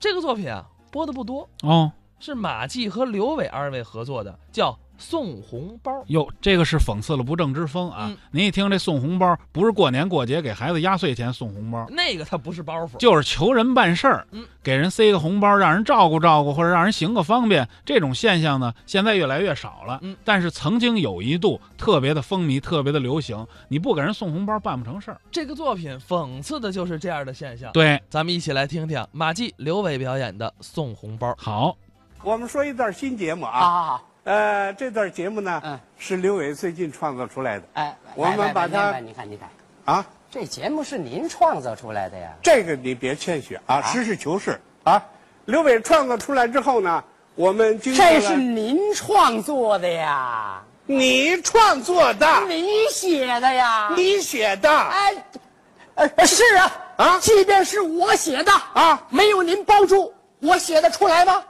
这个作品啊播的不多，哦，是马季和刘伟二位合作的，叫《送红包》。哟，这个是讽刺了不正之风啊！嗯您一听这送红包，不是过年过节给孩子压岁钱送红包，那个它不是包袱，就是求人办事儿，嗯给人塞个红包，让人照顾照顾，或者让人行个方便。这种现象呢，现在越来越少了。嗯但是曾经有一度特别的风靡，特别的流行。你不给人送红包，办不成事儿。这个作品讽刺的就是这样的现象。对，咱们一起来听听马季、刘伟表演的《送红包》。好，我们说一段新节目啊，啊，呃，这段节目呢，嗯是刘伟最近创作出来的哎，我来们来把来它来你看，你看，啊。这节目是您创造出来的呀？这个你别谦虚啊，实事求是啊。刘伟创作出来之后呢，我们经过了这是您创作的呀？你创作的，你写的呀？你写的，哎，呃，是啊，啊即便是我写的啊没有您帮助，我写得出来吗？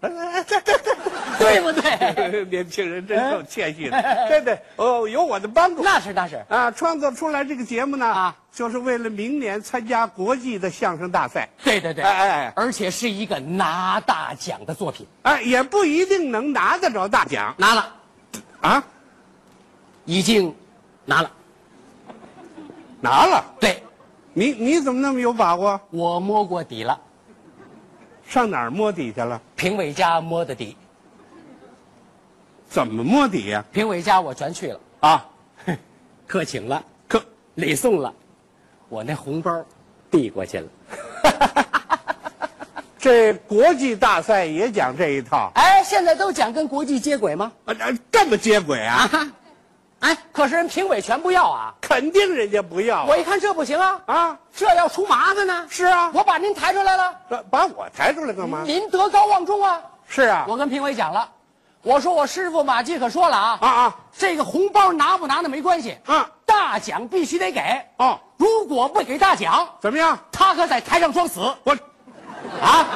对不对？ 哎年轻人真够谦虚的，对对，哦，有我的帮助那是那是，啊。创作出来这个节目呢，啊就是为了明年参加国际的相声大赛，对对对，哎哎哎而且是一个拿大奖的作品，啊，也不一定能拿得着大奖拿了，啊，已经拿了，拿了。对你你怎么那么有把握？我摸过底了，上哪儿摸底去了？评委家摸的底，怎么摸底呀、评委家我全去了。啊？客请了，可礼送了，我那红包递 过去了。这国际大赛也讲这一套，哎，现在都讲跟国际接轨吗？啊，这么接轨啊？哈，哎，可是人评委全不要啊！肯定人家不要我一看这不行啊，啊！这要出麻烦呢。哦是啊我把您抬出来了，这把我抬出来干嘛？您德高望重啊。是啊，我跟评委讲了，我说我师傅马季可说了啊，啊啊这个红包拿不拿的没关系，啊大奖必须得给。哦，如果不给大奖，怎么样？他可在台上装死我，啊！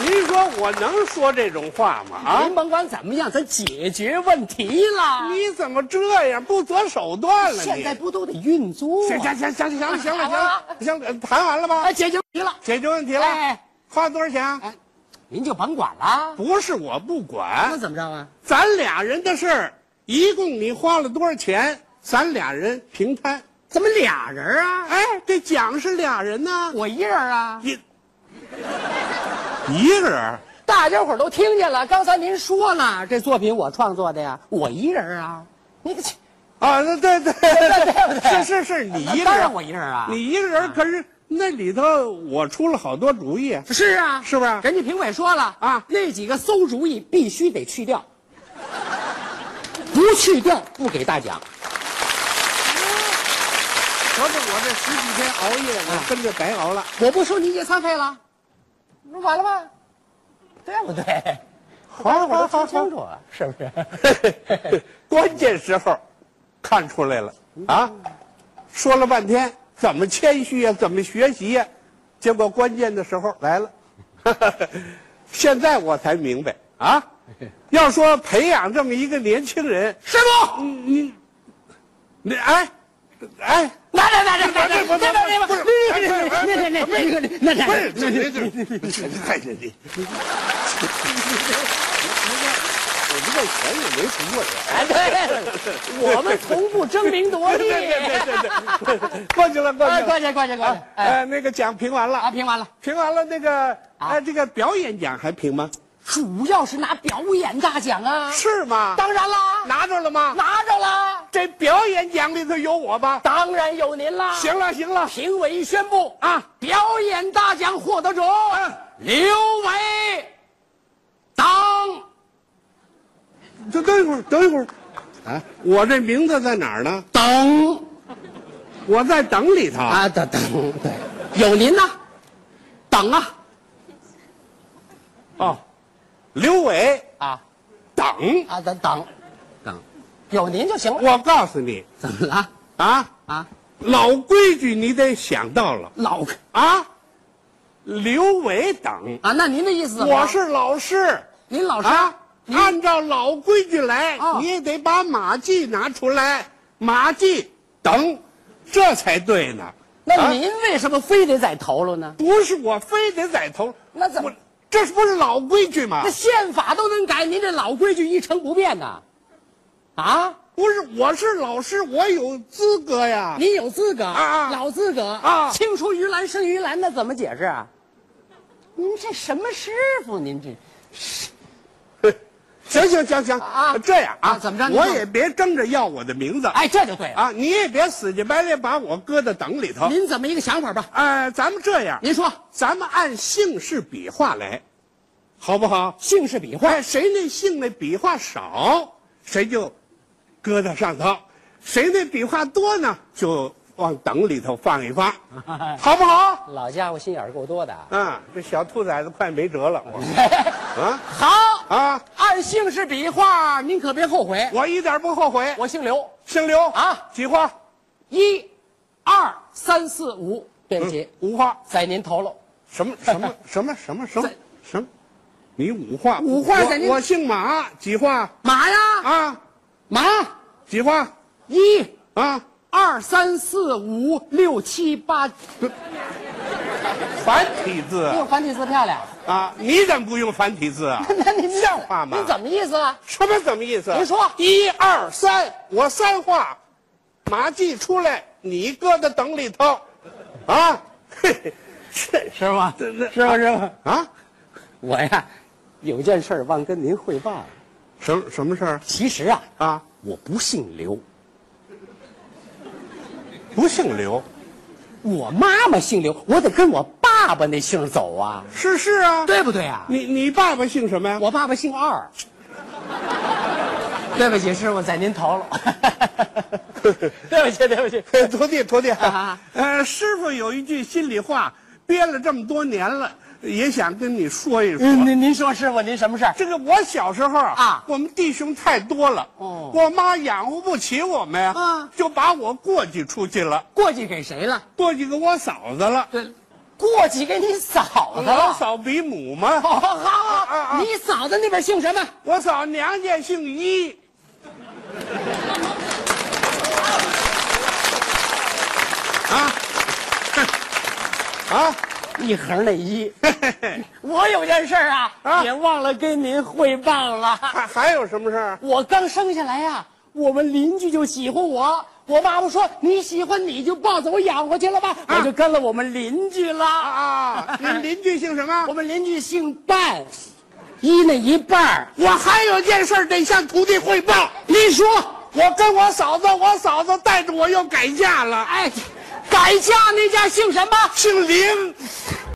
您说我能说这种话吗？啊您，甭管怎么样，咱解决问题啦。你怎么这样不择手段了？现你在不都得运作行啊？行行行行了行了行了行了，谈完了吧哎，？解决问题了，解决问题了哎。花多少钱啊？您就甭管了。不是我不管那，怎么着啊？咱俩人的事儿，一共你花了多少钱？咱俩人平摊。怎么俩人啊？哎，这奖是俩人呢，我一人啊。一一个人大家伙都听见了，刚才您说了，这作品我创作的呀，我一人啊。你这啊？对对对对不对是是是，你一个当然人，我一人啊。你一个人，可是那里头我出了好多主意，是啊，是不是人家评委说了啊那几个馊主意必须得去掉，不去掉不给大奖。合着我这十几天熬夜，我跟着白熬了。我不收您野餐费了，那完了吧？对不对？好我好都好听好清，楚了，是不嘿是？ 关键时候看出来了嗯啊！说了半天怎么谦虚呀、怎么学习呀、结果关键的时候来了。 现在我才明白 啊！要说培养这么一个年轻人，师傅，你你哎哎，来来来来来来，别别别不是别别别别别别别不是这这这这太这这，我们在前面没出过人。哎，对，我们从不争名夺利。哎对对对对对，过去了过去哎，了。过去过去过去啊，哎，呃，那个奖评完啊，了，评完了，评完了那个，啊哎，这个表演奖还评吗？主要是拿表演大奖啊，是吗？当然啦，拿着了吗？拿着啦，这表演奖里头有我吧？当然有您啦。行了行了，评委宣布啊，表演大奖获得者哦哎刘伟，当等等一会儿，等一会儿，啊，我这名字在哪儿呢？等我在等里头。啊，等等，对，有您呐，等啊哦，刘伟啊等，啊，等等等，有您就行了。我告诉你怎么了啊，啊？老规矩你得想到了老啊，刘伟等，啊，那您的意思怎么了我是老师。您老师啊，您按照老规矩来，嗯哦你也得把马季拿出来，马季等，这才对呢。那啊您为什么非得在头了呢？不是我非得在头，那怎么我这是不是老规矩吗那？宪法都能改，您这老规矩一成不变呐？啊，不是，我是老师，我有资格呀。您有资格啊老资格啊青出于蓝胜于蓝，那怎么解释啊？您这什么师傅？您这 行行行行啊这样啊，啊怎么着您我说也别争着要我的名字，哎，这就对了。啊，你也别死乞白赖把我搁在等里头。您怎么一个想法吧？哎，咱们这样，您说咱们按姓氏笔画来，好不好？姓氏笔画哎，谁那姓那笔画少，谁就搁在上头；谁那笔画多呢，就往等里头放一 放，好不好？老家伙心眼儿够多的啊。啊，这小兔崽子快没辙了，我 啊好，啊，按姓氏笔画，您可别后悔。我一点不后悔。我姓刘，姓刘啊，几画？一、二、三、四、五，便捷，五画。在您头喽。什么什么什么什么什么在什么？你五画？五画在我您我姓马，几画？马呀，啊，马，几画？一、啊，二、三、四、五、六、七、八，繁体字用繁体字漂亮。啊？你怎么不用繁体字啊？ 那您像话吗您怎么意思啊？什么怎么意思？您说一二三，我三画，马季出来，你搁在等里头， 啊，嘿嘿，这师傅，师傅，师傅，啊，我呀，有件事儿忘跟您汇报了。什么什么事儿其实啊，啊？我不姓刘，不姓刘，我妈妈姓刘，我得跟我爸爸那姓儿走啊，是是啊。对不对啊？你你爸爸姓什么呀？我爸爸姓二。对不起，师傅，在您头了。 对不起，对不起。 徒弟，徒弟，啊呃，师傅有一句心里话，憋了这么多年了，也想跟你说一说。嗯，您您说师傅您什么事儿？这个我小时候啊我们弟兄太多了，哦我妈养活不起我们呀，啊就把我过继出去了，过继给谁了？过继给我嫂子了，对，过继给你嫂子我了。嫂比母嘛，好好好啊啊好，你嫂子那边姓什么？我嫂娘家姓一，啊， 啊，一横那一。嘿嘿嘿 我有件事儿啊啊，也忘了跟您汇报了。还还有什么事 儿？我刚生下来呀、我们邻居就喜欢我。我妈妈说你喜欢你就抱走养活去了吧，啊我就跟了我们邻居了。啊，您邻居姓什么 我？们邻居姓半，一那一半儿。我还有件事儿得向徒弟汇报。您说，我跟我嫂子，我嫂子带着我又改嫁了，哎，改嫁那家姓什么？姓林。